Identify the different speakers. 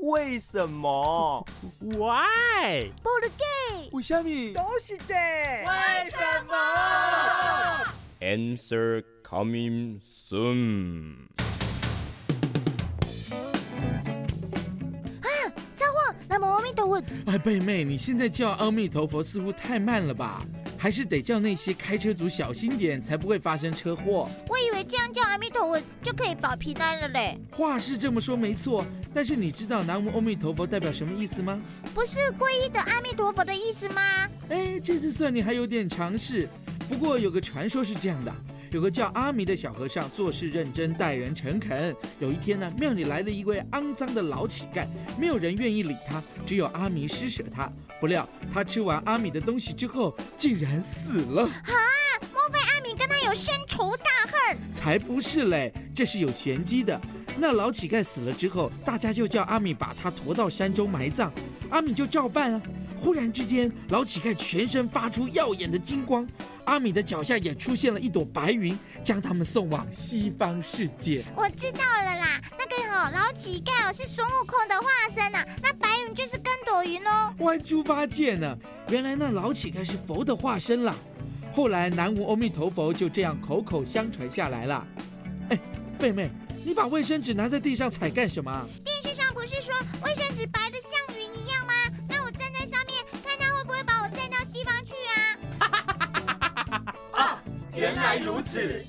Speaker 1: 为什么？
Speaker 2: Why？
Speaker 3: 不如给
Speaker 1: 为什么？
Speaker 4: 都是的。
Speaker 1: 为什么？
Speaker 5: Answer coming soon。
Speaker 3: 超话，那么阿弥陀佛，
Speaker 6: 哎，贝妹，你现在叫阿弥陀佛似乎太慢了吧？还是得叫那些开车族小心点，才不会发生车祸。
Speaker 3: 我以为这样叫阿弥陀佛就可以保平安了嘞。
Speaker 6: 话是这么说没错，但是你知道南无阿弥陀佛代表什么意思吗？
Speaker 3: 不是皈依的阿弥陀佛的意思吗？
Speaker 6: 哎，这次算你还有点常识。不过有个传说是这样的，有个叫阿弥的小和尚，做事认真，待人诚恳。有一天呢，庙里来了一位肮脏的老乞丐，没有人愿意理他，只有阿弥施舍他。不料他吃完阿弥的东西之后，竟然死了。
Speaker 3: 莫非阿弥跟他有深仇大恨？
Speaker 6: 才不是嘞，这是有玄机的。那老乞丐死了之后，大家就叫阿米把他驮到山中埋葬，阿米就照办啊。忽然之间，老乞丐全身发出耀眼的金光，阿米的脚下也出现了一朵白云，将他们送往西方世界。
Speaker 3: 我知道了啦，那个哦，老乞丐哦是孙悟空的化身呐、那白云就是跟朵云哦。
Speaker 6: 歪猪八戒呢？原来那老乞丐是佛的化身啦。后来南无阿弥陀佛就这样口口相传下来啦。哎，贝妹，你把卫生纸拿在地上踩干什么啊？
Speaker 3: 电视上不是说卫生纸白的像云一样吗？那我站在上面看他会不会把我载到西方去啊？
Speaker 1: 原来如此。